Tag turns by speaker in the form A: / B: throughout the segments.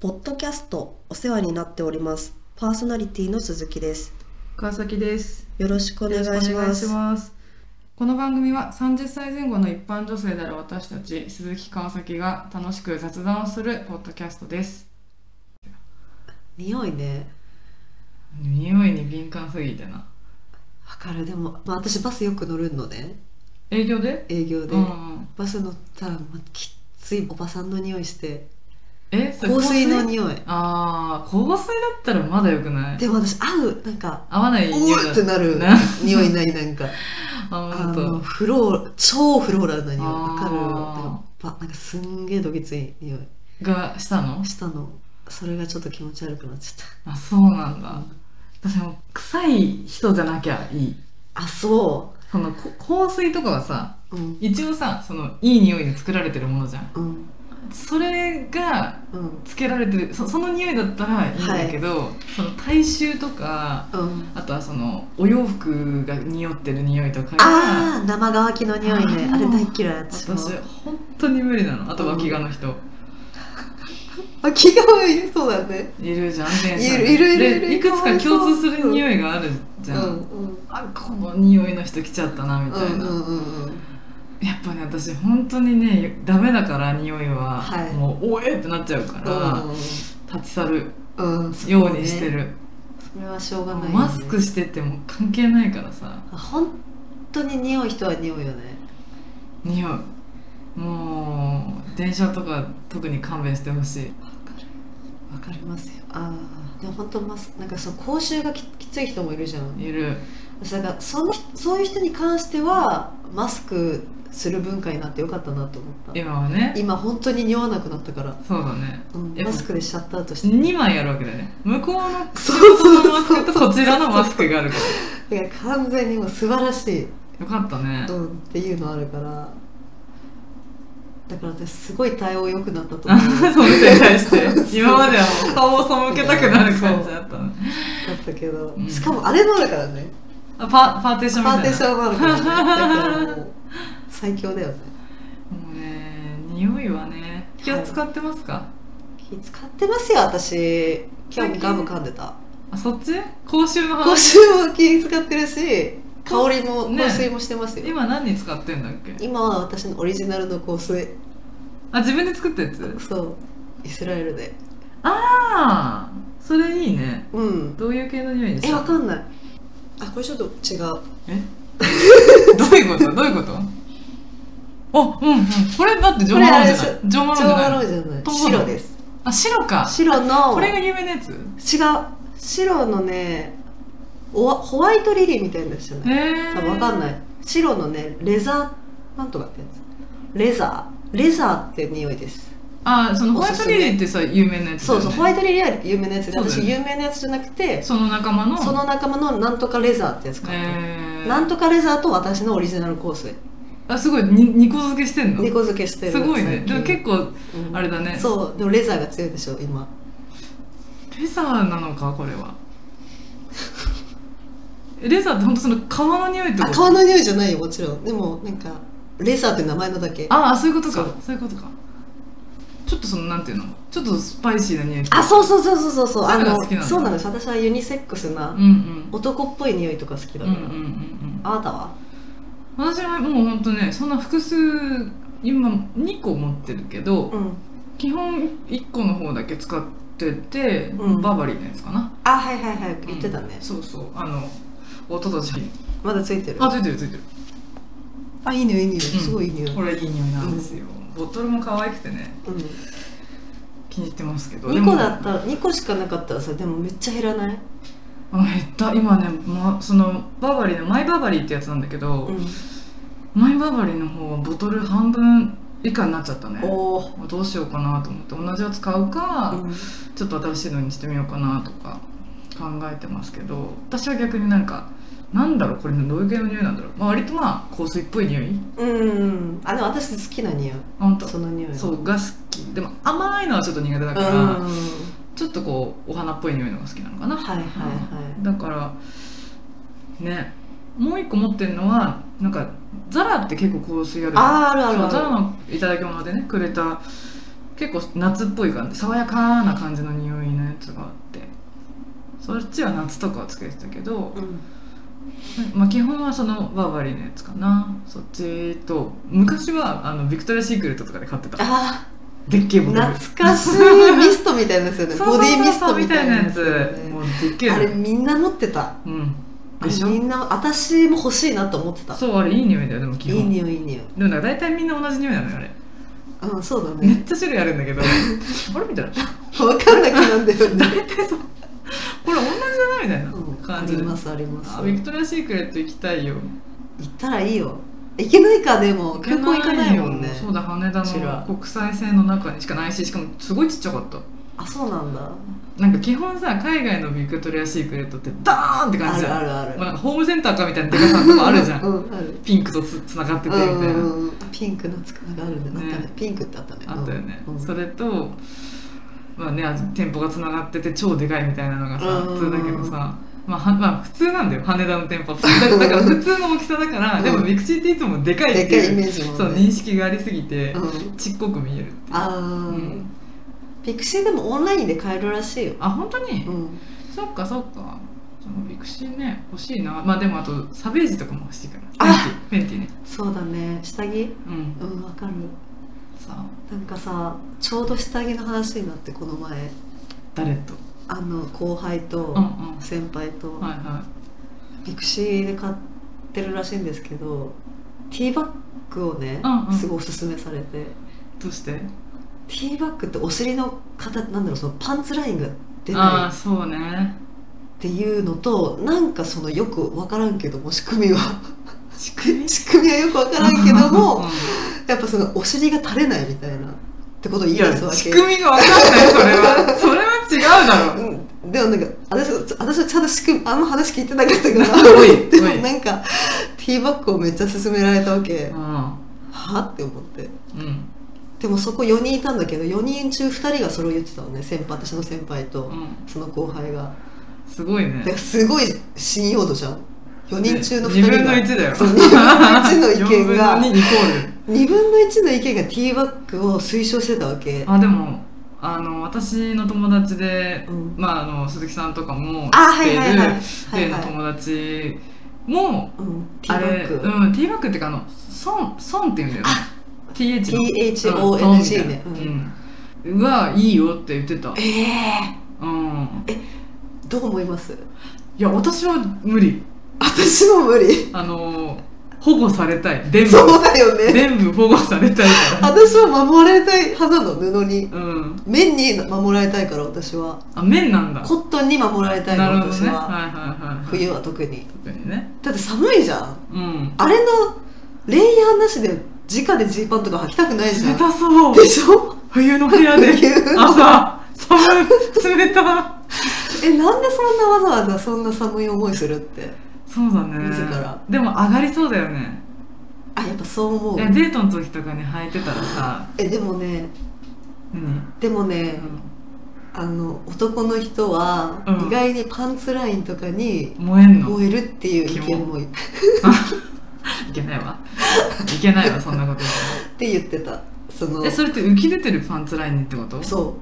A: ポッドキャストお世話になっております。パーソナリティの鈴木です。
B: 川崎です。
A: よろしくお願いします。
B: よろくお願いしますこの番組は30歳前後の一般女性である私たち鈴木川崎が楽しく雑談をするポッドキャストです。
C: 匂いね
B: 匂いに敏感すぎてな。
C: わかるでも、まあ、私バスよく乗るのね
B: 営業で？
C: 営業で、
B: うん。
C: バス乗ったら、まあ、きっついおばさんの匂いして
B: え、それ
C: 香水の。匂い
B: ああ、香水だったらまだ良くない。
C: でも私合うなんか
B: 合わな
C: う
B: い匂い
C: わ
B: だ
C: ってなる
B: な。
C: 匂いないなんか
B: あ
C: あ
B: 本
C: の
B: 当。
C: フロー超フローラルな匂い
B: あー
C: わかるやっぱなんかすんげえどぎつい匂い
B: がしたの？
C: したのそれがちょっと気持ち悪くなっちゃっ
B: あ、そうなん
C: た、
B: だ。私も臭い人じゃなきゃいい。
C: あそ
B: そのこ香水とかはさ。
C: ううん
B: 一応さそのいい匂いで作られてるものじゃん
C: うん
B: それが
C: うん
B: つけられてるそその匂いだったらいいんだけど、その体臭とか
C: うん
B: あとはそのお洋服が匂ってる匂いとかが
C: ああ生乾きの匂いね
B: あー
C: あれ大嫌い私も
B: 私本当に無理なのあと脇がの人
C: あ気がいそうだね
B: いるじゃん電車で
C: いるいるいるいる
B: でいくつか共通する匂いがあるじゃん、
C: うん
B: あこの匂いの人来ちゃったなみた
C: う
B: いな、
C: んうんうん
B: やっぱね私本当にねダメだから匂いは、
C: はい
B: もうおえってなっちゃうから、立ち去る
C: うんうん、
B: ようにして
C: そうね
B: る、
C: それはしょうがない、ね、
B: マスクしてても関係ないからさ
C: 本当に匂う人は匂うよね
B: 匂うもう電車とか特に勘弁してほしい
C: わかるわかりますよああでも本当マスなんかその口臭がききつい人もいるじゃん
B: いる
C: 私だからそのそういう人に関してはマスクする文化になってよかったなと思った
B: 今はね
C: 今本当に匂わなくなったから、
B: そうだね
C: うん、
B: やっぱ
C: マスクでシャットアウトして
B: 2枚あるわけだよね向こうの
C: そう
B: この
C: そ
B: マ
C: う
B: スク
C: そ
B: と
C: う
B: こちらのマスクがあるか
C: だから完全にもう素晴らしい
B: らよかったね
C: うん、っていうのあるからだから私すごい対応良くなったと思う
B: それに対して今ま
C: で
B: ではもう顔を背けたくなる感じだったね
C: だったけど、
B: うん
C: しかもあれもあるからね
B: あパパーテーションみ
C: パ
B: たいな
C: ーテーションもあるからねだからもう最強だよね
B: もうね匂いはね気を使ってますか、
C: 気使ってますよ私今日もガム噛んでた
B: あそっち口臭の
C: 口
B: 話
C: 臭も気使ってるし香りも
B: ね
C: 香水もしてますよ、
B: 今何に使ってんだっけ
C: 今は私のオリジナルの香水
B: あ自分で作ったやつ
C: そうイスラエルで
B: ああそれいいね
C: うん
B: どういう系の匂いにし
C: え
B: た
C: わかんないあこれちょっと違う
B: どういうことどういうことあうんうんこれだってジョーマロンじゃ
C: これ
B: ないジョーマロ
C: 超
B: ンじゃ
C: 悪
B: ない
C: いじゃない
B: トウモロコシ
C: 白です
B: あ白か
C: 白の
B: これが
C: 違う
B: 有名なやつ
C: 白のねおわホワイトリリーみたいなやつじゃ
B: え
C: ない
B: え
C: 多分わかんない白のねレザーなんとかってやつレザーレザーって匂いです
B: あそのホワイ
C: おす
B: ト
C: すめ
B: リリーってさ有名なやつだ
C: そ
B: よ
C: う
B: ね
C: そうホワイトリリーは有名なやつで
B: そうだよね
C: 私有名なやつじゃなくて
B: その仲間の
C: その仲間のなんとかレザーってやつ買って
B: えー、
C: なんとかレザーと私のオリジナル香水
B: あすごいに二個漬けしてんの
C: 猫付けしてる
B: すごいね
C: 最近
B: でも結構
C: うん
B: あれだね
C: そうでもレザーが強いでしょ今
B: レザーなのかこれ はえレザーって本当その革の匂いって
C: あ
B: こと
C: 革の匂いじゃないよもちろんでもなんかレザーって名前のだけ
B: ああそういうことかそ
C: そうう
B: いうことかちょっとそのなんていうのちょっとスパイシーな匂い
C: あそうそうそうそうそうそう
B: そうい
C: あ
B: うのが
C: の
B: 好きなんだ
C: そうなんです私はユニセックスな
B: うんうん
C: 男っぽい匂いとか好きだ
B: うんう
C: か
B: ん
C: ら、
B: うんうん
C: あなたは
B: 私はもうほんとねそんな複数今2個持ってるけど、
C: うん
B: 基本1個の方だけ使ってて、
C: うん
B: バーバリーのやつかな
C: あはいはいはい言ってたね
B: うん、そうそうあの一昨年
C: まだついてる
B: あついてるついてる
C: あいい匂いいい匂い
B: うん
C: すごいいい匂い、うん
B: これいい匂いなんですよ、ボトルも可愛くてね気に入ってますけどで
C: 2
B: も
C: 個だったら2個しかなかったらさでもめっちゃ減らない、
B: あ減った今ね、ま、そのバーバリーのマイバーバリーってやつなんだけど、
C: うん、
B: マイバーバリーの方はボトル半分以下になっちゃったね
C: おお、
B: どうしようかなと思って同じを使う
C: う
B: か、
C: ん
B: ちょっと新しいのにしてみようかなとか考えてますけど私は逆になんかなんだろうこれどういう系の匂いなんだろう、まあ、割とまあ香水っぽい匂い
C: うん、あでも私好きな匂い
B: あ本当
C: その匂いは
B: そうが好きでも甘いのはちょっと苦手だ
C: うん
B: か
C: はい
B: ら、
C: は
B: ちょっとこうお花っぽい匂いのが好きなのかな、
C: いは
B: だからねもう一個持ってるのはなんかザラって結構香水あ
C: い
B: るじゃん
C: あーあるある
B: そう
C: あ
B: ザ
C: る
B: ラの頂き物でねくれた結構夏っぽい感じ爽やかな感じの匂いのやつがあってそっちは夏とかはつけてたけど、
C: うん
B: まあ、基本はそのバーバリーのやつかなそっちと昔はあのビクトリア・シークレットとかで買ってた
C: あ
B: でっけえ
C: ー
B: ボトル
C: 懐かしいミストみたいなやつよね
B: そうそうそうそう
C: ボディミストみ
B: み
C: た
B: た
C: い
B: い
C: な
B: な
C: や
B: や
C: つ
B: つ
C: よね
B: もうでっけえの
C: あれみんな持ってた
B: うん
C: あ
B: でし
C: れみ
B: ょ
C: んな私も欲しいなと思ってた
B: そうあれいい匂いだよでも基
C: いい
B: 本
C: 匂いいい匂い
B: でもなんか大体みんな同じ匂いなのよあれ
C: うんそうだ
B: めっ
C: ね
B: ちゃ種類あるんだ けどあれみたいな
C: 分かんなくなんだよね、
B: これ同じじゃないみたいな
C: うん、あ
B: 感じ
C: り
B: で、
C: ますあります
B: あビクトリア・シークレット行きたいよ
C: 行ったらいいよ行けないかでも空港行かないもんね
B: そうだ羽田
C: こちら
B: の国際線の中にしかないししかもすごいちっちゃかった
C: あそうなんだ
B: なんか基本さ海外のビクトリア・シークレットってダーンって感
C: あ
B: じじ
C: る
B: ゃん
C: あるある
B: まあ、なんかホームセンターかみたいなでかさとかあるじゃん
C: うんある
B: ピンクとつつながっててみたいな、
C: うんうんうんピンクのつくながあるねなんかね
B: ね
C: ピンクってあったね
B: あったよね、
C: うんうん
B: それとまあねあ店舗がつながってて超でかいみたいなのがさ
C: うん
B: 普通だけどさまあ、はまあ普通なんだよ羽田の店舗はだだから 普通の大きさだから、
C: うん
B: でもミクシーっていつもでかい
C: で
B: って
C: かいイ
B: いう
C: メージも
B: そう
C: ね
B: 認識がありすぎて、
C: うん
B: ちっこく見えるっていう
C: あー
B: うん
C: ピクシーでもオンラインで買えるらしいよ
B: あ本当に、
C: うん
B: そっかそっかそのビクシーね欲しいなまあでもあとサベージとかも欲しいから
C: あ
B: フェンティフェンティね
C: そうだね下着
B: うん
C: うんわかる
B: さあ
C: なんかさちょうど下着の話になってこの前
B: 誰と
C: あの後輩と
B: うんうん
C: 先輩と
B: はいは
C: ピクシーで買ってるらしいんですけどティーバッグをね
B: うんうん
C: すごいおすすめされて
B: いどうして
C: ティーバッグってお尻の形なんだろうそのパンツラインが出
B: あ
C: な
B: あ
C: いっ
B: そうね
C: ていうのとなんかそのよく分からんけども仕組みは
B: 仕組み
C: 仕組みはよく分からんけど
B: う
C: も
B: ん
C: やっぱそのお尻が垂れないみたいなってことを言
B: い
C: い出
B: や
C: すわけ
B: 仕組みがわかんないそれはそれは違うだろ
C: うんでもなんか私は私はちゃんと仕組みあんま話聞いてなかったけど
B: おい
C: で
B: おい
C: もなんかティーバッグをめっちゃ勧められたわけ
B: う
C: はって思って
B: んうん
C: でもそこ4人いたんだけど4人中2人がそれを言ってたのね先輩私の先輩と
B: うん
C: その後輩が
B: すごい
C: だから
B: ね
C: すごい信用度じゃん4人中の2
B: 2
C: 人
B: 分の
C: が
B: 1だよ
C: そう2分の1の意見
B: 4
C: が
B: 分の2イコール
C: 2分の1の意見がティーバッグを推奨してたわけ
B: あでもあの私の友達で、
C: うん
B: まあ、あの鈴木さんとかも
C: あはいはいはいは
B: 例
C: い
B: の
C: はい
B: 友達も、
C: うんティー
B: あ
C: バ
B: れ
C: ッグ
B: うんティーバッグっていうかあのソンソンっていうんだよね TH の
C: THONG ね
B: うんソンみたいなうんはいいよって言ってた
C: ええ
B: うん
C: ーどう思います
B: いや私は無理
C: 私も無理
B: あの保護されたい全 部
C: そうだよね
B: 全部保護されたいか
C: 私は守られたい派なの布に
B: らうん
C: 綿に守られたいから私は
B: あ綿なんだ
C: コットンに守られたいの
B: なるほど
C: 私
B: ねはい
C: は
B: はいはい
C: 冬は特に
B: 特にね
C: だって寒いじゃん
B: うん
C: あれのレイヤーなしで直でジーパンとか履きたくないじゃ
B: 冷
C: ん
B: たそう
C: でしょ
B: 冬の部屋で
C: 冬の
B: 朝寒い冷た
C: えなんでそんなわざわざそんな寒い思いするって
B: そうだね
C: 自ら
B: でも上がりそうだよね
C: あやっぱそう思う
B: いやデートの時とかに履いてたらさ
C: えでもね
B: 何
C: でもねあの男の人は
B: うん
C: 意外にパンツラインとかに
B: 燃えんの
C: 燃えるっていう意見もいっ
B: いけないわいけないわそんなこと言
C: て言ってたその
B: ってえそれって浮き出てるパンツラインにってこと
C: そ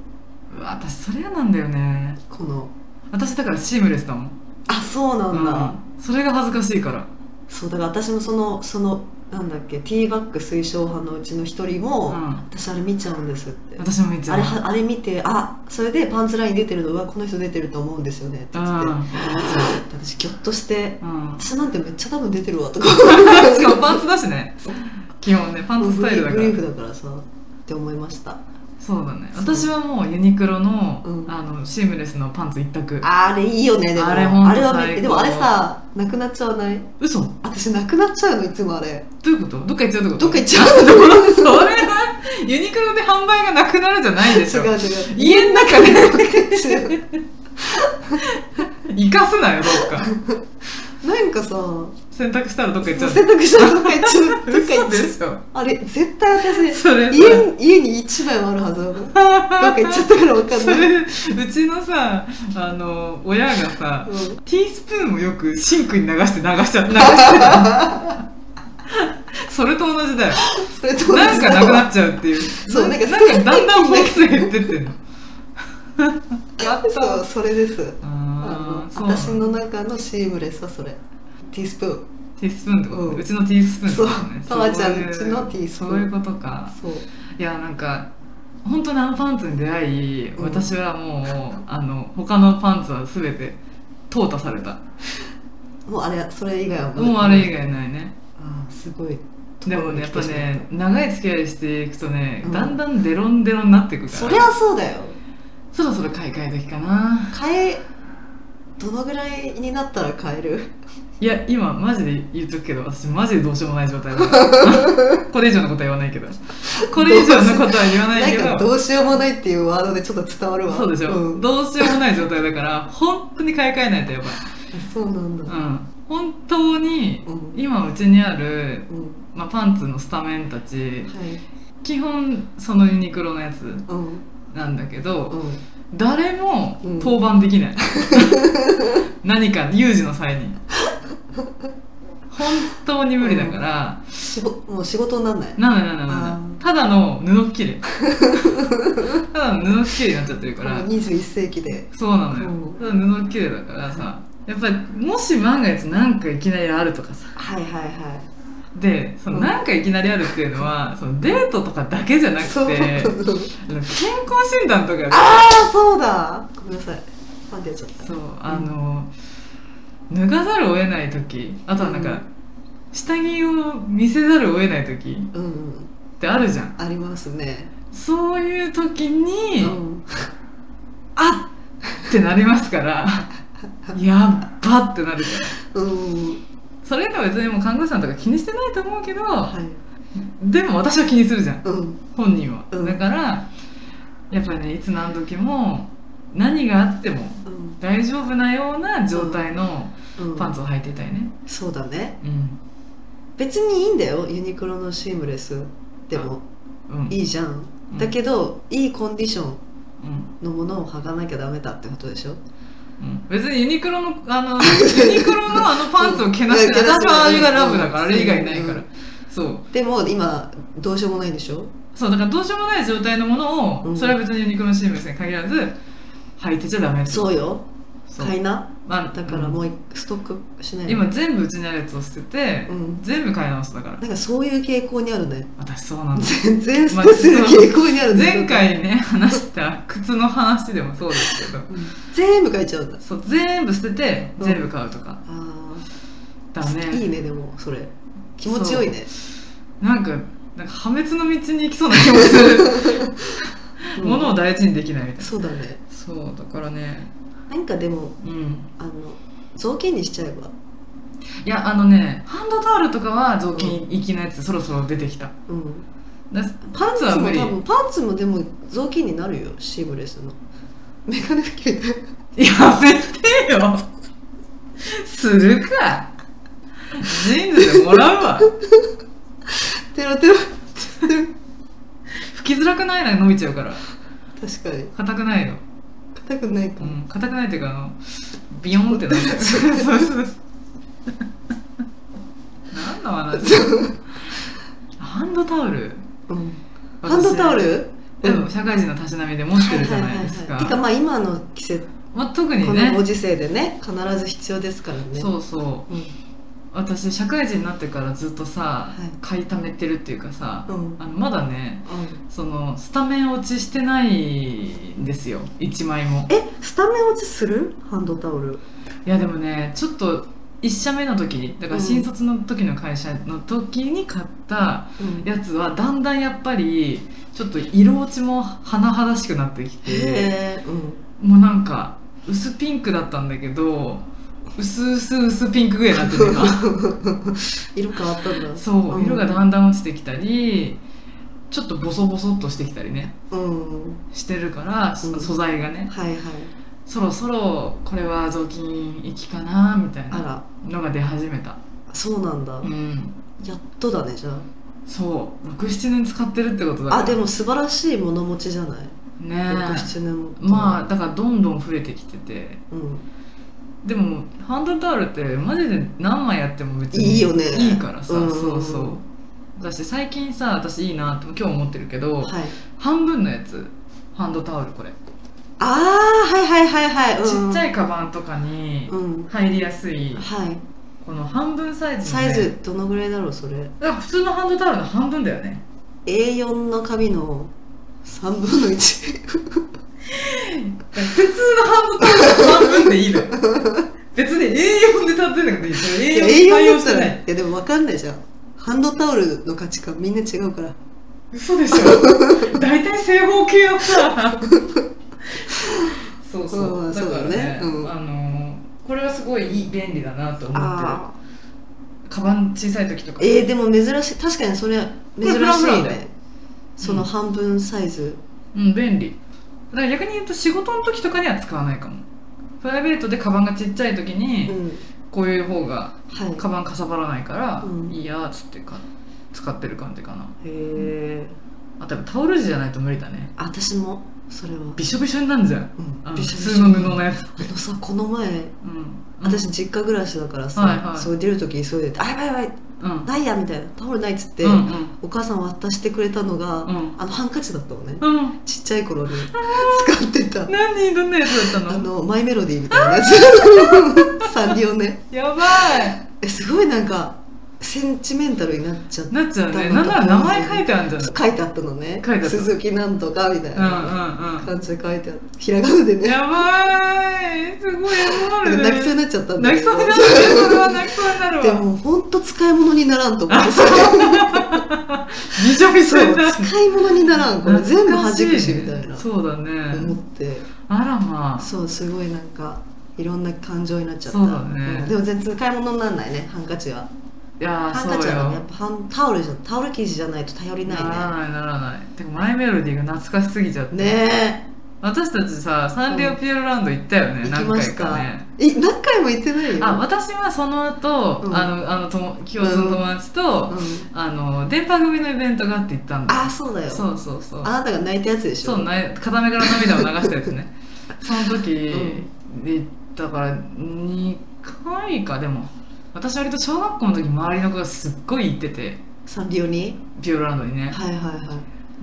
C: う
B: わ私それ嫌なんだよね
C: うこの
B: 私だからシームレスだもん
C: あそうなんだ、
B: うんそれが恥ずかしいから
C: そうだから私もそのそのなんだっけティーバッグ推奨派のうちの一人も、
B: うん
C: 私あれ見ちゃうんですって
B: 私もいつ
C: あれ
B: も
C: はあれ見てあそれでパンツライン出てるのはこの人出てると思うんですよねって言ってて私ギョッとして
B: うん うん
C: 私なんてめっちゃ多分出てるわとかし
B: しかもパンツだしね基本ねパンツスタイルだか
C: ブ
B: ら
C: リーフだからさって思いました
B: そうだね
C: そう
B: 私はもうユニクロの,、
C: うん
B: あのシームレスのパンツ一択
C: あれいいよねでも
B: あれほんと
C: あれはめ
B: 最高
C: でもあれさなくなっちゃわない
B: 嘘ど
C: 私なくなっちゃうのいつもあれ
B: ういうことどっか行っちゃうってこと
C: どっか行っちゃうの
B: それはユニクロで販売がなくなるじゃないでし
C: 違
B: ょ
C: う違う
B: 家の中 で
C: 違う
B: 生かすなよどっか
C: なんかさ、
B: 洗濯したらどっか行っちゃう
C: 洗濯したらどっか行っちゃう、どっか行
B: 嘘
C: っ
B: で
C: ちゃう。
B: しょ
C: あれ、絶対私、
B: それさ
C: 家家に一枚はあるはずだ。どっか行っちゃったからわかん
B: そ
C: ない。
B: れうちのさあの親がさ
C: うん
B: ティースプーンをよくシンクに流して流しちゃ流してたそれと同じだよ
C: それと同じ
B: なんかなくなっちゃうっていう
C: そうなんか
B: なんかだんだん本数減ってってんの
C: そうそれです
B: あ
C: あ
B: ー
C: の
B: そう
C: 私の中のシームレスはそれティースプーン
B: ティースプーンってこと、う
C: うん
B: うちのティースプーンってことね
C: そうパワちゃん
B: そういう
C: ちのティースプーン
B: そういうことか
C: そう
B: いやなんか本当にあのパンツに出会い、
C: うん
B: 私はもうあの他のパンツは全て淘汰された
C: もうあれそれ以外は
B: もうあれ以外ないね
C: あーすごいと
B: で
C: こ
B: も
C: ろに
B: ねや
C: 来
B: ってぱ
C: しまった
B: ね長い付き合いしていくとね、
C: うん
B: だんだんデロンデロンになっていくから
C: そりゃそうだよ
B: そろそろ買い替え時かな
C: 変えどのぐらいになったら変える
B: いや今マジで言っとくけど私マジでどうしようもない状態だ これ以上のことは言わないけどこれ以上のことは言わな
C: ない
B: け
C: んか
B: ど
C: どうしようもないっていうワードでちょっと伝わるわ
B: そうでしょ、
C: ん、
B: どうしようもない状態だから本当に買い替えないとやばい
C: そうなんだ、
B: うん本当に
C: うん
B: 今うちにある、
C: うん
B: まあ、パンツのスタメンたち
C: はい
B: 基本そのユニクロのやつ
C: うんうん
B: なんだけど誰も
C: うん
B: 登板できない、 何か有事の際に本当に無理だから、
C: しごもう仕事になんない
B: なんだなんだな
C: あ
B: ん
C: ー
B: だただの布っきれただの布っきれになっちゃってるから
C: もう21世紀で
B: そうなのよ、
C: うん
B: ただ布っきれだからさやっぱりもし万が一なんかいきなりあるとかさ
C: はいはいは
B: でその
C: うん
B: なんかいきなりあるっていうのは、そのデートとかだけじゃないくて
C: そう
B: あの健康診断とかで
C: ああそうだごめんなさいファン出ちゃった
B: そうあの、脱がざるを得ない時あとはなんか、
C: うん
B: 下着を見せざるを得ない時
C: うんうん
B: ってあるじゃん
C: ありますね、
B: そういう時
C: う
B: に、
C: ん、
B: あっってなりますから やっばってなるじゃん
C: うん
B: それ以外は別にもう看護師さんとか気にしてないと思うけど、
C: はい
B: でも私は気にするじゃん
C: うん
B: 本人は、
C: うん
B: だからやっぱりねいつ何時も何があっても
C: うん
B: 大丈夫なような状態の
C: うん
B: パンツを履いていたいね、
C: そうだね
B: うん
C: 別にいいんだよユニクロのシームレスでも
B: うん
C: いいじゃん
B: うん
C: だけどいいコンディション
B: うん
C: のものを履かなきゃダメだってことでしょ
B: うん別にユニクロのあのユニクロの あのパンツをけなして
C: うん
B: 私はあれがラブだから
C: うん
B: あれ以外ないか
C: う
B: ら
C: ん
B: そう
C: でも今どうしようもないんでしょ
B: そうだからどうしようもない状態のものを、
C: うん
B: それは別にユニクロのシームレスに限らず履いてちゃダメ
C: そうよ
B: そう
C: 買いな
B: まあ
C: だからもうストックしない
B: 今全部うちにあるやつを捨てて、
C: うん
B: 全部買い直すだから
C: なんかそういう傾向にあるね
B: 私そうなんだ
C: 全然ストックする傾向にあるね
B: 前回ね話した靴の話でもそうですけど
C: うん全部書いちゃうんだ
B: そう全部捨てて
C: うん
B: 全部買うとか、
C: あ
B: だ
C: ー
B: ね
C: いいねでもそれ気持ちよいね
B: なんかなんか破滅の道に行きそうな気もするものを
C: を
B: 大事にできないみたいな
C: そうだね
B: そうだからね
C: なんかでも
B: うん
C: あの雑巾にしちゃえば
B: いやあのねハンドタオルとかは雑巾粋なやつそろそろ出てきた
C: うん
B: だパンツは無理
C: 多分パンツもでも雑巾になるよシームレスのメガネ拭きみたい
B: やめてよするかジーンズでもらうわ
C: テロテロ
B: 拭きづらくないな伸びちゃうから
C: 確かに
B: 硬くないの
C: 硬くないか
B: う
C: も、
B: ん硬くないっていうかあのビヨンってなっちゃうそうそうそう何の話ハンドタオル
C: うんハンドタオル
B: 私多分社会人のたしなみで持ってるじゃないですか
C: てかまあ今の季節
B: まあ特に
C: この
B: ね
C: ご時世でね必ず必要ですからね
B: そうそう
C: うん、
B: 私社会人になってからずっと
C: は
B: さ、
C: い
B: 買いためてるっていうかさ、
C: うんうん
B: あのまだねそのスタメン落ちしてないんですよ1枚も
C: えスタメン落ちするハンドタオル
B: いやでもねちょっと1社目の時にだから新卒の時の会社の時に買ったやつはだんだんやっぱりちょっと色落ちも甚だしくなってきて
C: へえうん
B: もうなんか薄ピンクだったんだけど薄々薄ピンクぐらいになってて今
C: 色変わったんだ
B: そう、
C: うん
B: 色がだんだん落ちてきたりちょっとボソボソっとしてきたりね
C: うん
B: してるから、そ
C: うん
B: 素材がね
C: はいはい
B: そろそろこれは雑巾行きかなみたいな
C: あ
B: のが出始めた
C: らそうなんだ、
B: うん
C: やっとだねじゃあ
B: そう67年使ってるってことだから
C: あでも素晴らしい物持ちじゃない
B: ね
C: 67年も
B: まあ
C: あ
B: だからどんどん増えてきてて
C: うん
B: でもハンドタオルってマジで何枚やっても別に
C: いいよね
B: いいからさ、
C: うん
B: そうそうだし最近さ私いいなって今日思ってるけど、
C: はい
B: 半分のやつハンドタオルこれ、
C: あーはいはいはいはい、
B: ちっちゃ
C: い
B: いカバンとかに
C: うん
B: 入りやすい
C: はい
B: この半分サイズの
C: サ
B: ね、
C: イズどのぐらいだろうそれ
B: だから普通のハンドタオルの半分だよね
C: A4 の紙の3分の1
B: 普通のハンドタオルの半分でいいのよ別に A4 で立てなくていいそれ A4 対
C: A4
B: 応
C: だっ
B: したてな
C: ら
B: い
C: いやでも分かんないじゃんハンドタオルの価値観みんな違うから
B: 嘘でしょ大体正方形のさそうそう、
C: うん
B: だ
C: そう
B: か
C: だ
B: ら
C: ね
B: ね
C: うん
B: あのーこれはすごいいい便利だなと思って
C: あ
B: るカバン小さい時とか
C: えー、でも珍しい確かにそれ珍し
B: これフランフラ
C: い
B: ンだ
C: ね
B: よ
C: その半分サイズ、
B: うん便利だから逆に言うと仕事の時とかには使わないかもプライベートでカバンがちっちゃい時
C: う
B: に
C: ん
B: こういう方が
C: はい
B: カバンかさばらないから
C: うん
B: いいやっつってか使ってる感じかな
C: へえ
B: あとやっぱタオル地じゃないと無理だね
C: 私もそれは、うん
B: びしょびしょになるじゃん、
C: あ
B: あ
C: の
B: の普通の布のやつ、
C: あのさこの前
B: うん、
C: 私実家暮らしだからさ、
B: はいはい
C: そう出る時急いでて「あやばいやばい
B: うん
C: ないや」みたいな「タオルない」っつって、
B: うんうん
C: お母さん渡してくれたのが、
B: うん
C: あのハンカチだったのね
B: うん
C: ちっちゃい頃に使ってた
B: 何どんなやつだった
C: あ
B: の
C: のマイメロディーみたいなや つサンリオね
B: やば
C: えすごいなんかセンチメンタルになっちゃっ
B: いなっちゃうね
C: な
B: なんん
C: か
B: なら名前書いてあるんじゃない
C: 書いてあったのね
B: 書いてあった
C: 鈴木なんとかみたいな
B: うんうん
C: 感じで書いてあったひらがなで
B: うん
C: ね
B: やばいすごいやばいね
C: 泣きそうになっちゃったんだ
B: 泣
C: け
B: きそう
C: ど
B: になるねそれは泣きそうになる
C: で
B: わ
C: も本当使い物にならんと思って
B: びしょびしょ
C: そう
B: になる
C: 使い物にならんこれ全部弾くしみたい
B: 懐か
C: な
B: しねそうだね
C: 思って
B: あらまあ
C: そうすごいなんかいろんな感情になっちゃった
B: そうだね
C: んでも全然買い物にならないねハンカチはい
B: やー
C: ハンカ
B: そ
C: チ
B: う
C: はねや
B: よ
C: っぱハンタオルじゃタオル生地じゃないと頼りな
B: ないらないならないてかマイメロディーが懐かしすぎちゃって
C: ねね
B: 私たちさサンリオピューロランド行ったよ
C: え
B: ね
C: 行き
B: 何
C: ま
B: 回
C: した
B: かね
C: え何回も行ってないよ
B: あ私はその後、
C: うん
B: あのあの友共通の友達と、
C: うん
B: あの電波組のイベントがあって行ったんだ
C: あそうだよ
B: そうそうそう
C: あなたが泣いたやつでしょ
B: そうない片目から涙を流したやつ ねその時で行ったから2回かでも私割と小学校の時周りの子がすっごい行ってて
C: サンリオに
B: ピューロランドにね
C: はいはいはい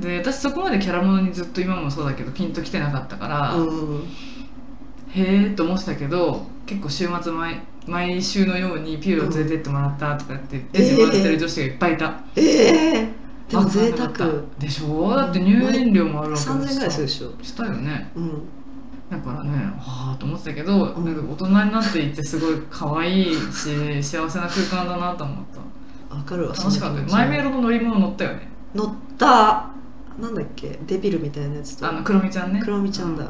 B: で私そこまでキャラものにずっと今もそうだけどピンときてなかったから、
C: うん
B: へえと思ってたけど結構週末毎毎週のようにピューロ連れてってもらったとかって言って、
C: うん
B: もらってる女子がいっぱいいた、
C: ええでも贅
B: わ
C: 沢
B: かんなかったでしょだって入園料もあるわけ
C: 3000円ぐらいする
B: し
C: でしょ
B: したよね
C: うん
B: だからねはあと思ってたけど、
C: うん
B: なんか大人になっていってすごい可愛いし 幸せな空間だなと思った
C: わかるわ
B: 楽しかったよ
C: その
B: マ
C: 気
B: イ
C: 持ち
B: メロの乗り物乗ったよね
C: 乗ったなんだっけデビルみたいなやつとあ
B: あのクロミちゃんね
C: クロミちゃんだ
B: う
C: っ
B: う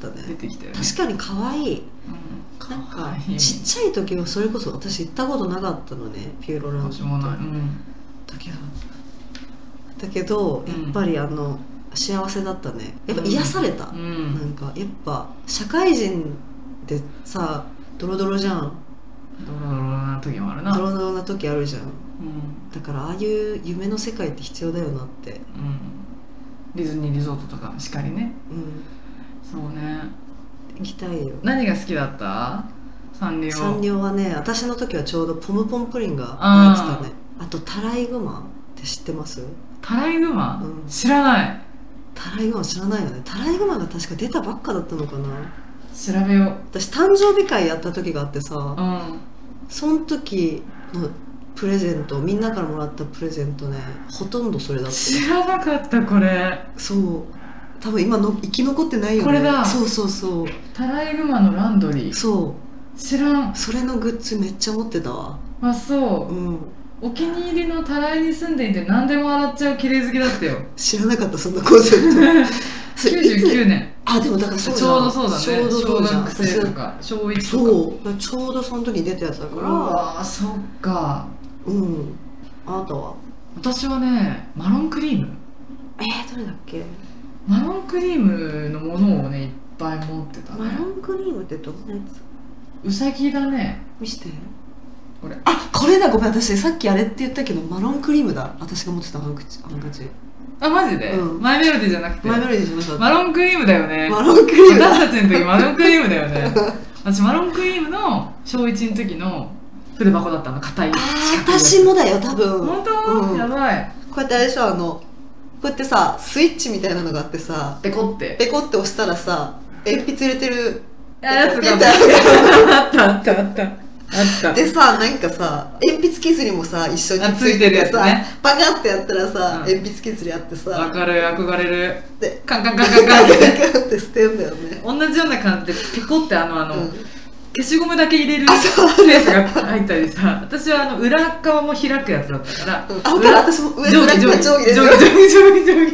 C: た
B: 出
C: ね
B: てきたよね
C: 確かに可愛い
B: か
C: なんか
B: いい
C: ちっちゃい時はそれこそ私行ったことなかったのねピューロランド
B: 私もない、うん
C: だけどだけど
B: うん
C: やっぱりあの、幸せだったねやっぱ癒された、
B: う、
C: なんんかやっぱ社会人でさドロドロじゃん
B: ドロドロな時もあるな
C: ドロドロな時あるじゃん
B: うん
C: だからああいう夢の世界って必要だよなって
B: うんディズニーリゾートとかしっかりね
C: うん
B: そうね
C: 行きたいよ
B: 何が好きだったサンリオ
C: サンリオはね私の時はちょうどポムポンプリンがやってたねあとタライグマって知ってます
B: タライグマ、
C: うん
B: 知らない
C: タライグマ知らないよねタライグマが確か出たばっかだったのかな
B: 調べよ
C: 私誕生日会やった時があってさ
B: ううん
C: その時のプレゼントみんなからもらったプレゼントねほとんどそれだった
B: 知らなかったこれ
C: そう多分今の生き残ってないよね
B: これだ
C: そうそうそう
B: タライグマのランドリー
C: そう
B: 知らん
C: それのグッズめっちゃ持ってたわ
B: あそううんお気に入りのタライに住んでいて何でも洗っちゃう綺麗好き だったよ
C: 知らなかったそんなコンセプ トそれいつ
B: 99年
C: あでもだから
B: ち
C: そ
B: ょ
C: う
B: う
C: じゃん
B: どそうだね
C: ちょうどそうじ
B: 小
C: ゃん
B: 学生とか小1とか
C: そうだからちょうどその時に出たやつだか
B: う
C: ら
B: わーそっか
C: うんあなたは
B: 私はねマロンクリーム
C: えー、どれだっけ
B: マロンクリームのものをねいっぱい持ってたね
C: マロンクリームってどんなやつ
B: うさぎだね
C: 見して
B: これ
C: あこれだごめん私さっきあれって言ったけどマロンクリームだ私が持ってたハンカチハンカチ
B: あマジで、
C: うん
B: マイメロディじゃなくて
C: マイメロディーじゃなかった
B: マロンクリームだよね
C: マロンクリームだ
B: 私たちの時マロンクリームだよね私マロンクリームの小1の時の筆箱だったの硬い
C: あー
B: 四角いやつ
C: 私もだよ多分
B: 本当、
C: うん
B: やばい
C: こうやってあれでしょあのこうやってさスイッチみたいなのがあってさ
B: ペコって
C: ペコって押したらさ鉛筆入れてる
B: やつ
C: ペ
B: が
C: ンってある
B: あったあったあったあった
C: でさなんかさ鉛筆削りもさ一緒
B: あ
C: に
B: つ
C: つ
B: い
C: いて
B: てる
C: る
B: や
C: や
B: つ
C: つ
B: ね
C: さ、パカってやったらさ、
B: うん
C: 鉛筆削りあって
B: わ
C: さ
B: かる憧れる
C: で
B: カンカンカン
C: ガ
B: カンカンって
C: ガガって捨てんだよね、
B: 同じような感じでペコってあのあ
C: う
B: の、
C: ん、
B: 消しゴムだけ入れる
C: あそう
B: スペースが入ったりさ私はあの裏側も開くやつだったから
C: うんあ分かる私も上
B: 上
C: から
B: 下
C: 上
B: 上
C: 下
B: 下上
C: 上
B: 下
C: 下
B: 上
C: 上
B: 下
C: 下
B: 上下上下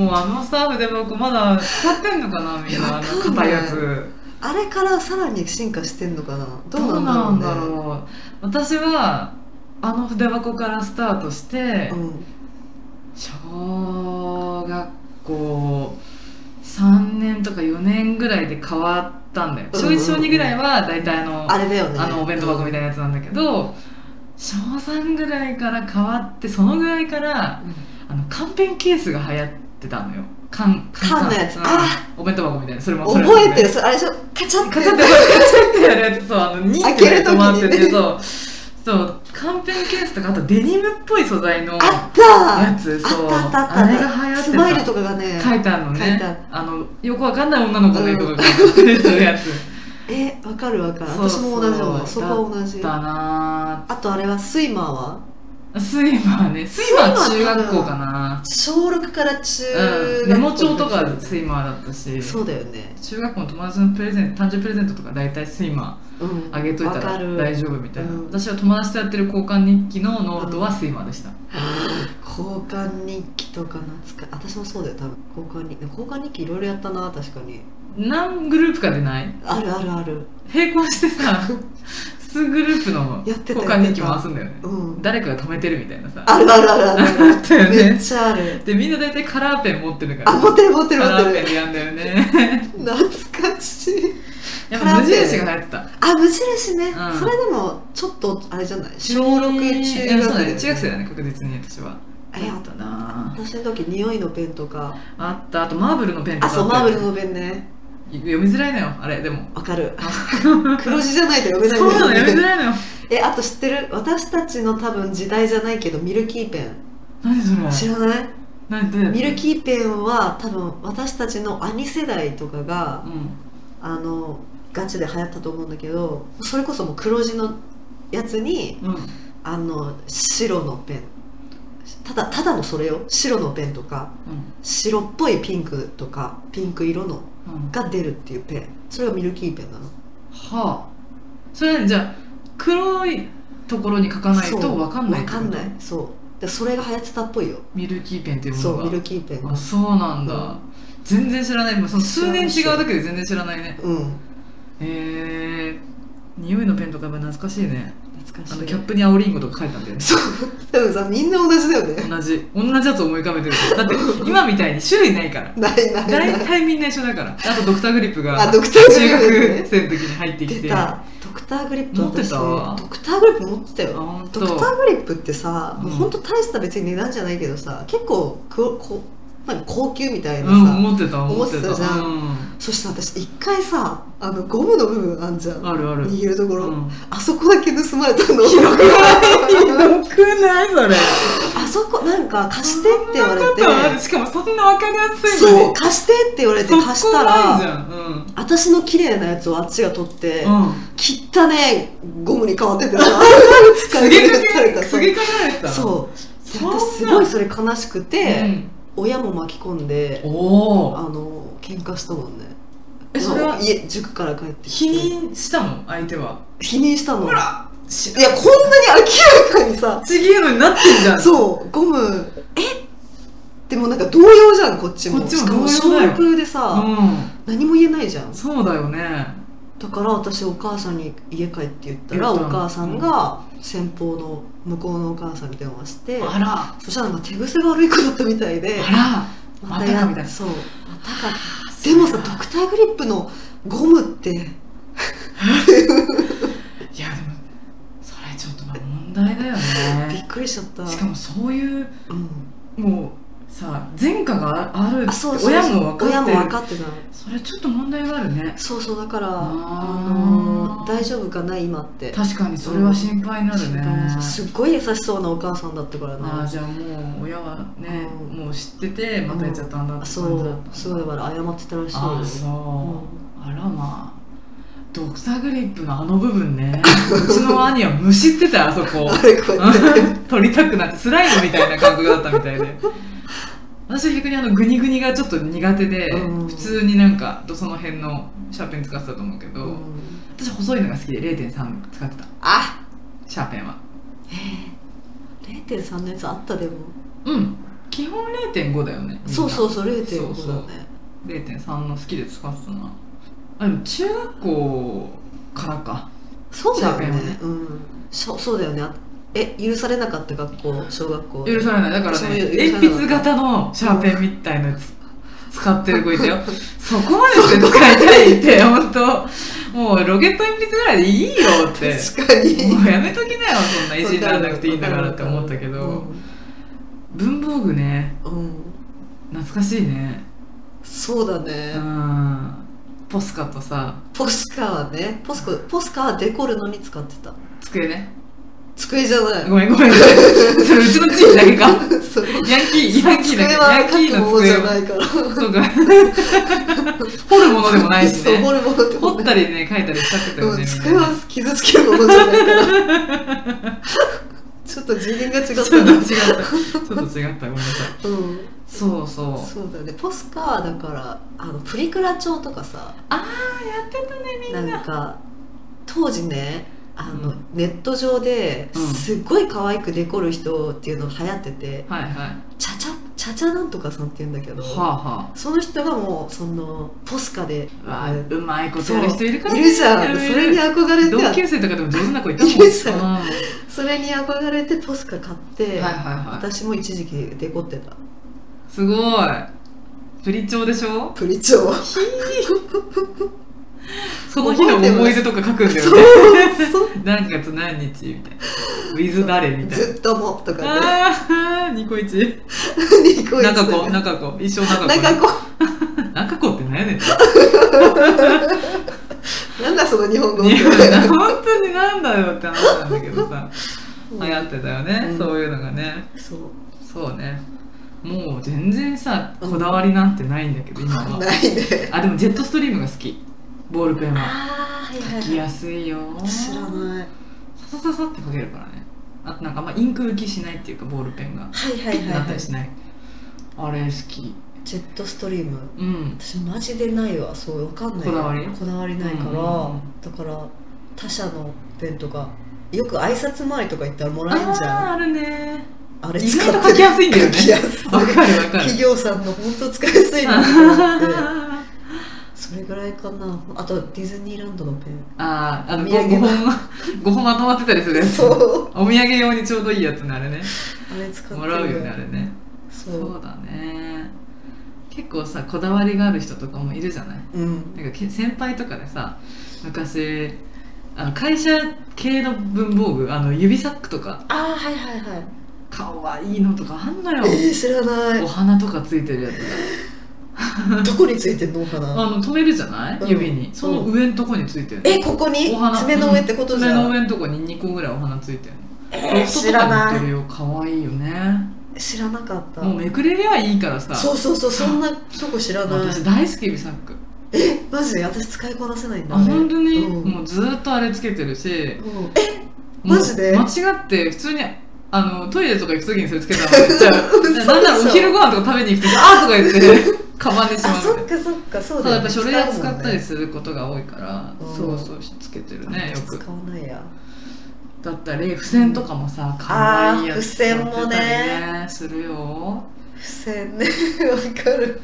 B: もうあのさ筆箱まだ使ってんのかなみんなあ
C: わかん
B: の
C: な
B: 硬
C: い
B: いやつ
C: あれからさらに進化してんのかなど
B: どう
C: う
B: な
C: なんん
B: だ
C: だ
B: ろう,、
C: ろうね
B: 私はあの筆箱からスタートして、
C: うん
B: 小学校3年とか4年ぐらいで変わったんだよ
C: うん
B: 小1小2ぐらいは大体あの、
C: あれだよね
B: あのお弁当箱みたいなやつなんだけど小3ぐらいから変わってそのぐらいから
C: うん
B: あの缶ペンケースが流行ってたのよ缶
C: 缶のやつ
B: うん
C: あ
B: お弁当箱みたいなそれもそれも
C: 覚えてるそれあれでしょカチャって
B: カチャってカチャってやるやつそうあ のニーってやるやつもあって
C: 開け
B: て
C: る時にね
B: そうそう缶ペンケースとかあとデニムっぽい素材の
C: あ
B: や
C: った
B: つ
C: あ
B: そう
C: ったあったあった
B: あれが流行ってた
C: スマイルとかがね
B: 書いてあるの
C: 書い
B: ね
C: てある
B: あのよくわかんない女の子の言うことが書いてあるやつ
C: えわかるわかる
B: そう
C: 私
B: そう
C: も同じようなそこは同じ
B: だな
C: あとあれはスイマーは
B: ぁスイマーねスイマーは中学校かな
C: 小6から中学校
B: うんメモ帳とかスイマーだったし
C: そうだよね
B: 中学校の友達のプレゼント誕生日プレゼントとか大体スイマ
C: うん
B: ーあげといた
C: わからる
B: 大丈夫みたいな、
C: うん
B: 私は友達とやってる交換日記のノートはスイマーでした、
C: 交換日記とか懐か私もそうだよ多分交換日記交換日記いろいろやったな確かに
B: 何グループかでない
C: あるあるある
B: 並行し てさ数グループの
C: やってた
B: 交換日記回すんだよね
C: うん
B: 誰かが止めてるみたいなさ
C: あるあるあるある
B: あったよね
C: めっちゃある
B: でみんな大体カラーペン持ってるから
C: あ持ってる持ってる
B: カ
C: 持
B: ラー
C: って
B: ペン
C: る
B: でやんだよね
C: 懐かしい
B: やっぱ無印が流行ってた
C: あ無印ね、
B: うん
C: それでもちょっとあれじゃない小
B: え
C: 6
B: ー
C: 中学
B: そうだ
C: だよ
B: ね
C: ね
B: 中学生だね確実に私は
C: えあ
B: たな
C: 私の時匂いのペンとか
B: あったあとマーブルのペンとか
C: あそう
B: った
C: マーブ
B: よね
C: ルのペンね
B: 読みづらいのよあれ でも
C: わかる
B: あ
C: 黒字じゃないと読めない
B: そうなの読みづらいのよ
C: えあと知ってる私たちの多分時代じゃないけどミルキーペン
B: 何そ
C: 知
B: れ
C: らない
B: 何で
C: ミルキーペンは多分私たちの兄世代とかが
B: うん
C: あのガチで流行ったと思うんだけどそれこそもう黒字のやつに
B: うん
C: あの白のペンただただのそれよ白のペンとか
B: うん
C: 白っぽいピンクとかピンク色の
B: うん
C: が出るっていうペンそれがミルキーペンなの
B: はあそれじゃあ黒いところに書かないと
C: そう
B: 分かんない
C: わかんないそうでそれが流行ってたっぽいよ
B: ミルキーペンっていうも
C: そ
B: の
C: うミ
B: が
C: ルキーペンが
B: あそうなんだ、
C: うん
B: 全然知らないもうその数年違
C: 知
B: う
C: らない
B: だけで全然知らないね
C: うん
B: へえ匂いのペンとかやっぱ懐かしいね
C: 懐かし
B: あ
C: い
B: のキャップに青リンゴとか書いたんだよね
C: そう多分さみんな同じだよね
B: 同じ同じやつ思い浮かべてるだって今みたいに種類ないから
C: ないないな
B: 大
C: い
B: 体みんな一緒だからあとドクターグリップが
C: あドクターグリップ
B: 中
C: ね
B: 学生の時に入ってき
C: 出
B: てあ
C: たドクターグリップ
B: 持ってた
C: 私ドクターグリップ持ってたよ
B: 本
C: ド
B: 当
C: クターグリップってさ、
B: うん
C: もうほんと大した別に値段じゃないけどさ結構くこなんか高級みたいな
B: う
C: さ、
B: ん思ってた思
C: 思
B: っ
C: ってて
B: た
C: たじゃん
B: うん
C: そして私一回さあのゴムの部分あんじゃん
B: あるある
C: 握るところ、
B: うん
C: あそこだけ盗まれたの
B: ひどくないそれ
C: あそこなんか貸してって言われて
B: そんなことあるしかもそんな分かりやすいのに
C: そう貸してって言われて貸した
B: そこないじ
C: ら
B: ゃんうん
C: 私の綺麗なやつをあっちが取って、
B: うん
C: 切ったねゴムに変わっててさ使
B: す
C: い
B: げ
C: 古
B: え
C: された
B: すげえ考えた
C: そう
B: そ
C: そ
B: んな
C: すごいそれ悲しくて、
B: うん
C: 親も巻き込んで
B: お
C: あ
B: お
C: の喧嘩したもんね
B: えそれは
C: 家塾から帰って
B: 否
C: きて
B: 認したの相手は
C: 否認したのいや
B: らし
C: こんなに明らかにさ
B: ちぎえのになってんじゃん
C: そうゴムえでもなんか動揺じゃんこっちも
B: こっちも
C: しかも
B: 動揺だよ
C: 小6でさ、
B: う
C: 何も言えないじゃん
B: んそうだよね
C: だから私お母さんに家帰って言った
B: 言
C: ら
B: っ
C: お
B: たの
C: 母さんが先方の向こうのお母さんに電話して
B: あら
C: そしたらなんか手癖が悪い子だったみたいで
B: あらまた
C: や
B: かみたいな
C: そうまたかでもさドクターグリップのゴムって
B: いやでもそれちょっとまあ問題だよ
C: び
B: ね
C: っくりしちゃった
B: しかもそういう
C: うん
B: もうさ前科があるって
C: あそうそうそう
B: 親も分かってる
C: 親も分かってたの
B: それちょっと問題があるね
C: そうそうだから
B: あー
C: あの大丈夫かな今って
B: 確かにそれは心配になるね、
C: すっごい優しそうなお母さんだったからね
B: ああじゃあもう親はね
C: うん
B: もう知っててまたやっちゃったんだって感じ
C: そ
B: だっ
C: う
B: た
C: すごいだから謝ってたらしい
B: ああそう、あらまあドクターグリップのあの部分ねうちの兄はむしってたよあそこ
C: あれこうやって
B: 取りたくなってスライムみたいな感覚だったみたいで私は逆にあのグニグニがちょっと苦手で、
C: うん
B: 普通になんかその辺のシャーペン使ってたと思うけど、
C: うん
B: 私細いのが好きで0.3使ってた
C: あ
B: シャーペンは
C: 0.3のやつあったでも
B: うん基本0.5だよね
C: そうそうそう
B: そうそう
C: 0.5だね
B: 0.3の好きで使ってたなあでも中学校からか
C: そうだよね
B: シャーペンはね
C: うんそうそうだよねあえ許されなかった学校小学校
B: 許されないだから
C: そう
B: ね
C: いう
B: 鉛筆
C: 許されない
B: 型のシャーペンみたいなやつ使ってる子い たよそこまでして使いたいって本当もうロケット鉛筆ぐらいでいいよって
C: 確かに
B: もうやめときなよそんな意地にならなくていいんだからって思ったけど文房具ね
C: うん、うん
B: 懐かしいね
C: そうだね、
B: うんポスカとさ
C: ポスカはねポスカポスカはデコるのに使ってた
B: 机ね
C: 机じゃない
B: ごめんごめんごめんそれうちの地域だけか
C: そう
B: ヤンキー、ヤンキーだ
C: 机
B: け
C: は
B: ヤンキー
C: 書く
B: の
C: ものじ
B: 机
C: ゃ
B: を
C: ないから
B: とか、 掘るものでもないし
C: そう
B: ね。
C: 掘るものでも
B: 掘っ
C: な
B: た
C: い
B: りね、書いたりしたってたよ
C: う
B: ね。
C: ん
B: みん
C: 机
B: なね
C: は傷つけるものじゃないからちょっと次元が違った
B: ちょっと違った。ちょっと違った。ごめんなさい。
C: うん
B: そうそう。
C: そうだねポスカはだからあのプリクラ帳とかさ
B: やってたね、みんな。
C: なんか当時ねあの、
B: うん
C: ネット上で
B: うん
C: すっごい可愛くデコる人っていうのが流行ってて、
B: はいはい。は
C: チャチャチャチャなんとかさんって言うんだけど、
B: あは
C: その人がもうそのポスカで
B: あ。うわうまいことやる人いるから
C: いるじゃん
B: いるい
C: そ
B: る
C: れに憧れ
B: 同
C: て
B: 級生とかでも上手な子いたもん。
C: いるじゃん
B: うんはい
C: それに憧れてポスカ買って、
B: はいは
C: 私も一時期デコってた
B: い。すごい。プリ帳でしょ
C: プリ帳
B: その日の思い出とか書くんだよね。何月何日みたいな。ウィズ誰みたいな。
C: ずっともとかね
B: ああ、ニコイチ。
C: ニコイチ
B: 中子、中子、一生中子。
C: 中子
B: 中子って何やねんって。
C: なんだその 日本語
B: いや本当になんだよって話なんだけどさ、流行ってたよね、
C: うん
B: そういうのがね。
C: そう
B: そうね。もう全然さ、こだわりなんてないんだけど、今は。
C: ないね
B: あ、でもジェットストリームが好き。ボールペンは。
C: ああはい
B: 書きやすいよ。
C: 知らない
B: ささささって書けるからね。あとなんかあんまインク浮きしないっていうか、ボールペンが。
C: はいは
B: ピ
C: いは
B: ッて
C: い
B: なっ
C: は
B: た
C: い
B: りしない。あれ好き。
C: ジェットストリーム
B: うん。
C: 私マジでないわそうわかんない
B: こだわり
C: こだわりないから、
B: うん
C: だから他社のペンとかよく挨拶回りとか行ったらも
B: あ
C: らえんじゃん
B: ー
C: あ
B: ある ね
C: れ
B: 意
C: 使って
B: 外と書きやすいんだよね
C: 書きや すい
B: わかるわかる
C: 企業さんの本当使いやすいなと思って
B: あ
C: それぐらいかなあとディズニーランドのペン
B: あーあの
C: お
B: 5
C: 土産の
B: 本5本まとまってたりするやつお
C: そう
B: 土産用にちょうどいいやつねあ れね
C: あれ使ってる
B: もらうよねあれね
C: そ
B: そう
C: う
B: だね結構さこだわりがある人とかもいるじゃない
C: うん
B: なんかけ先輩とかでさ昔あの会社系の文房具あの指サックとか
C: ああはいはいはい
B: かわいいのとかあんの よ
C: えー、知らな
B: お
C: い
B: 花とかついてるやつ
C: どこについてんのお
B: あ
C: 花
B: の止めるじゃない、
C: うん
B: 指にその上のとこについてるの
C: えここに
B: お花
C: 爪の上ってことじゃ
B: 爪の
C: ん、
B: 上のとこに2個ぐらいお花ついてるの
C: えー、知ら
B: ロフトとかに売って
C: な
B: るよ可愛いよね
C: い知らなかった
B: もうめくれりゃいいからさ
C: そうそうそうそんなとこ知らない
B: 私大好き指サック
C: マジで私使いこなせないんだ
B: あ本当に、
C: うん
B: もうずーっとあれつけてるし
C: うんえ
B: もう
C: マジで
B: 間違って普通にあのトイレとか行く時にそれつ けたのめっちゃ
C: 嘘でしょ
B: なんならお昼ご飯とか食べに行く時あーとか 言ってカバンでしま
C: あ
B: うみたい
C: そ
B: な
C: っかそっかそう
B: ただ
C: だ
B: やっぱ書類は使ったり
C: す
B: することが多いから、
C: うん
B: そうそうつけてる
C: る
B: ねよ
C: よ
B: く
C: く使わないや
B: だったり付箋とかもさ可愛いやつ使ってたり
C: あー付箋もね
B: するよ
C: 付箋ねわかる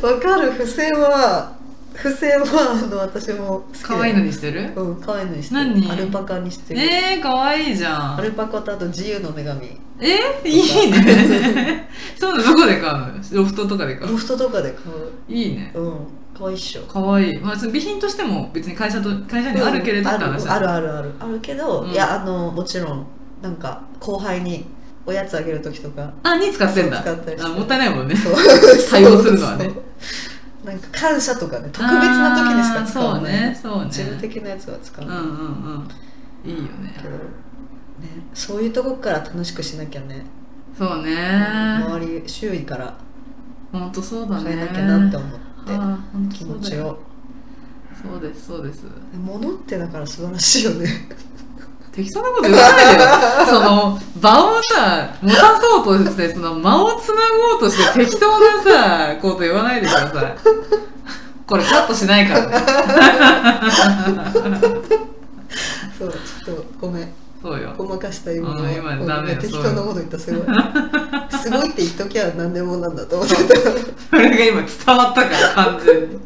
C: わかる付箋は付箋はあの私も好き
B: 可愛いのにしてる
C: のうん可愛いのにしてる
B: 何
C: アルパカにしてる、
B: えー、可愛いじゃ
C: ア
B: ん
C: ルパカとあと自由の女神
B: えー、い いねそうなのどこで買うのロフトとかで買う
C: ロフトとかで買う
B: いいね
C: うん可愛いっしょ
B: 可愛いまあその備品としても別に会社と会社にあるけれどって
C: うん
B: 話
C: あ
B: だ
C: るあるあるあるけど、
B: うん
C: いやあのもちろんなんか後輩におやつあげる時とか
B: あに使ってんだ
C: そう使ったりして
B: あもったいないもんね
C: そう
B: 対応するのはね
C: そうそうなんか感謝とかね特別な時にしか使わない、
B: あーそうねそうね
C: 事務的なやつは使
B: う
C: わ
B: ん
C: ない、
B: うんうんいいよね
C: けどね、そういうとこから楽しくしなきゃね
B: そうね
C: 周り周囲から
B: ほんとそうだ
C: 変
B: ね
C: えなきゃなって思って、
B: あーほんと
C: 気
B: そ
C: 持
B: うだ
C: ち
B: よ
C: を
B: そうですそうです
C: 物ってだから素晴らしいよね
B: 適当なこと言わないでよその場をさ持たそうとしてその間をつなごうとして適当なさこと言わないでく ださいこれカットしないからね
C: そうちょっとごめん
B: そうよ
C: ごまかした今の、
B: うん今
C: ごめん
B: ダメよ
C: 適当
B: そう
C: なこと言ったすごい すごいって言っときゃ何でもなんだと思ってた
B: それが今伝わったから完全に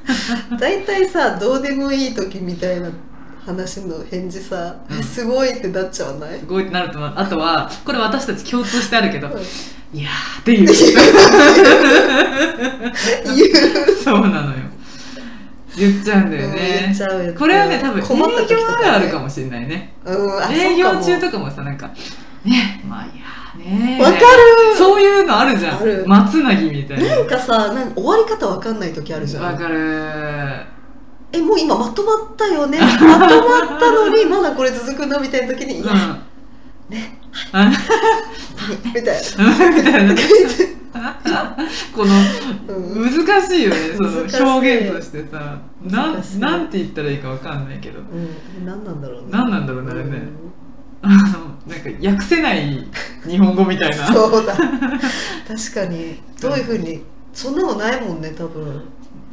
C: 大体さどうでもいい時みたいな話の返事さ、
B: うん
C: えすごいってなっちゃわない
B: すごいってなると思うあとはこれ私たち共通してあるけど
C: うん
B: いやーって いう
C: 言う
B: そうなのよ言っちゃうんだよ
C: うん
B: ね
C: 言っちゃうよ
B: これはね多分営
C: 困った時と
B: 業
C: か
B: あ
C: ね
B: るあるかもしれないね
C: うんあ
B: 営業中
C: そう
B: とかもさなんかねまあいやーね
C: かもわかる
B: そういうのあるじゃ
C: あ
B: ん
C: る
B: 松なぎみたい
C: なん
B: な
C: かさなんか終わり方わかんない時あるじゃ
B: わ
C: ん
B: かるー
C: えもう今まとまったよね まとまったのにまだこれ続くのみたいな時に「
B: う
C: い
B: ん
C: やね
B: あ
C: みたいな
B: みたいなこの
C: うん
B: 難しいよねそ
C: 難しい
B: の表現としてさな
C: 難しい
B: んなんて言ったらいいかわかんないけど
C: う んえ何なんだろうね
B: 何なんだろうねあれ
C: う
B: ね
C: ん
B: あのなんか訳せない日本語みたいな
C: そうだ確かにどういうふうにそんなのないもんね多分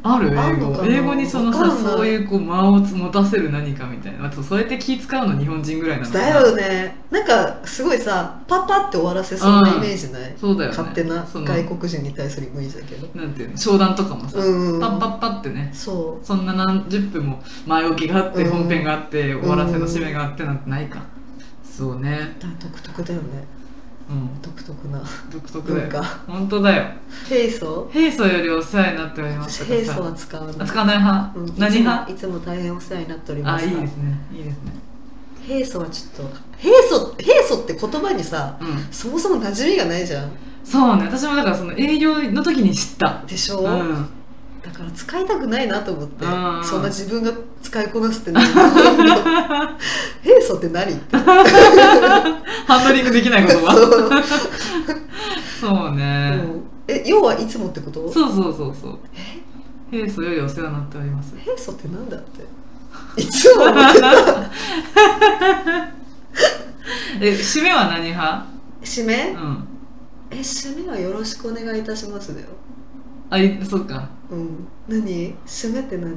B: ある
C: あ
B: 英
C: んの
B: 語
C: かな
B: 英語にその
C: わ
B: さ
C: かんない
B: そういうこう間を持たせる何かみたいなあとそうやって気使うの日本人ぐらいなのか
C: だ
B: な
C: よねなんかすごいさパパって終わらせそうなイメージない、
B: そうだよね
C: 勝手な
B: その
C: 外国人に対するイメージだけど
B: なんていうの商談とかもさ、
C: うん
B: パッパッパってね
C: そ
B: そんな何十分も前置きがあって
C: うん
B: 本編があって終わらせの締めがあってなんてないかそうね
C: うだ独特だよね
B: うん
C: 独特な
B: 独特だ
C: 文
B: よ
C: 化
B: 本当だよ
C: 平素
B: 平素よりお世話になっております
C: 私
B: とか
C: 平素
B: さ
C: は使わない
B: 扱わない派、
C: うん
B: 何派
C: いつもいつも大変お世話になっておりま
B: あ
C: す
B: いいですねいいですね
C: 平素はちょっと平素平素って言葉にさ
B: うん
C: そもそも馴染みがないじゃん
B: そうね私もだからその営業の時に知った
C: でしょ、
B: うん
C: だから使いたくないなと思って
B: うん
C: そんな自分が使いこなす って何平素って何って
B: ハンドリングできない言葉
C: そう
B: そうね、
C: え要はいつもってこと
B: そうそうそうそう平素よりお世話になっております
C: 平素ってなんだっていつも思ってた
B: え締めは何派
C: 締
B: う
C: め
B: ん
C: え締めはよろしくお願いいたしますだよ
B: あいそうか
C: うん何締めって何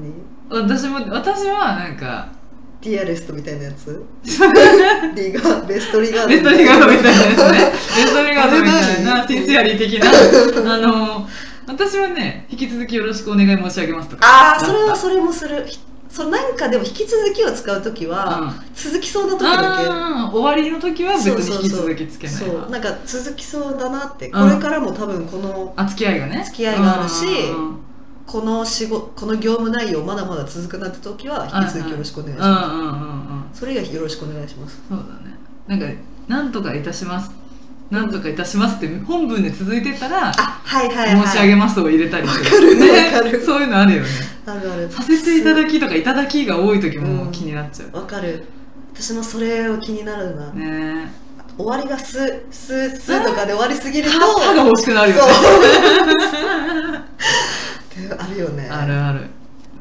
B: 私も私はなんか
C: ディアレストみたいなや つリガーベストリガード
B: ベストリガードみたいなやつねベストリガードみたい
C: あれ
B: な
C: 何
B: シンシアリー的なあの私はね引き続きよろしくお願い申し上げますとか
C: ああそれはそれもするひそうなんかでも引き続きを使う時は、
B: うん
C: 続きそうな時だけ
B: あー終わりの時は別
C: そう
B: に
C: そう
B: 引
C: そう
B: き続きつけないわ
C: そうなんか続きそうだなって、
B: うん
C: これからも多分この
B: あ付き合いがね
C: 付き合いがあるし
B: うんうん
C: この仕事この業務内容まだまだ続くなって時は引き続きよろしくお願いし
B: うんうん
C: ます、
B: うんうん
C: それ以外よろしくお願いします
B: そうだねなんか「なんとかいたします」「なんとかいたします」って本文で続いてたら「
C: あはいはいはい
B: 申し上げます」を入れたりす
C: わかる
B: ね
C: わかる
B: そういうのあるよね
C: あるある
B: させていただきとか「いただき」が多い時も気になっちゃう、
C: わかる私もそれを気になるな、
B: ね
C: 終わりがス「す」「す」とかで終わりすぎ
B: え
C: ると
B: 歯が欲しくなるよね
C: そうってあるよね
B: あるある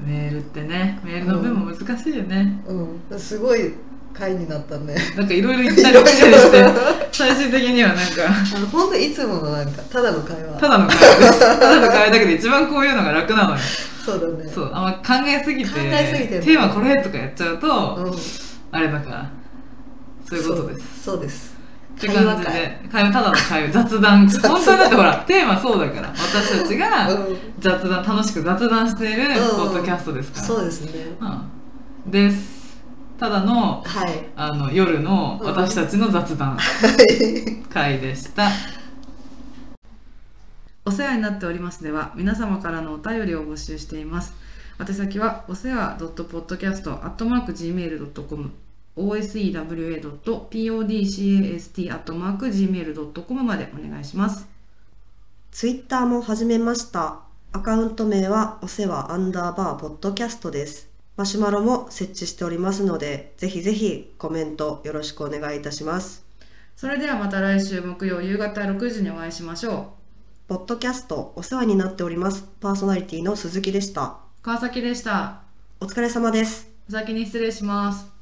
B: メールってねメールの文も難しいよね、
C: うんすごい回になったね
B: なんかいろいろ言ったり来たりして最終的にはなんか
C: あのほんといつものなんかただの会話
B: ただの会話ですただの会話だけど一番こういうのが楽なのよ
C: そうだね
B: そうあんま考えすぎて
C: 考えすぎてね
B: テーマこれとかやっちゃうと、
C: うん、
B: あれだからそういうことです
C: そうそうです
B: って感じで会話ただの会話雑 談
C: 雑談
B: 本当はだってほらテーマそうだから私たち
C: 会話
B: が
C: 会うん、
B: 雑談楽しく雑談している
C: うん
B: ポッドキャストですから、
C: そうですね
B: うんですただの
C: はい
B: あの夜の
C: うん
B: 私たちの雑談会でした、お世話になっておりますでは皆様からのお便りを募集しています宛先はお世話 .podcast.gmail.com osewa.podcast.gmail.com までお願いします。
C: ツイッターも始めました。アカウント名はお世話アンダーバーポッドキャストです。マシュマロも設置しておりますので、ぜひぜひコメントよろしくお願いいたします。
B: それではまた来週木曜夕方6時にお会いしましょ
C: ポッドキャストお世話になっております。パーソナリティの鈴木でした。
B: う。川崎でした。
C: お疲れ様です。
B: お先に失礼します。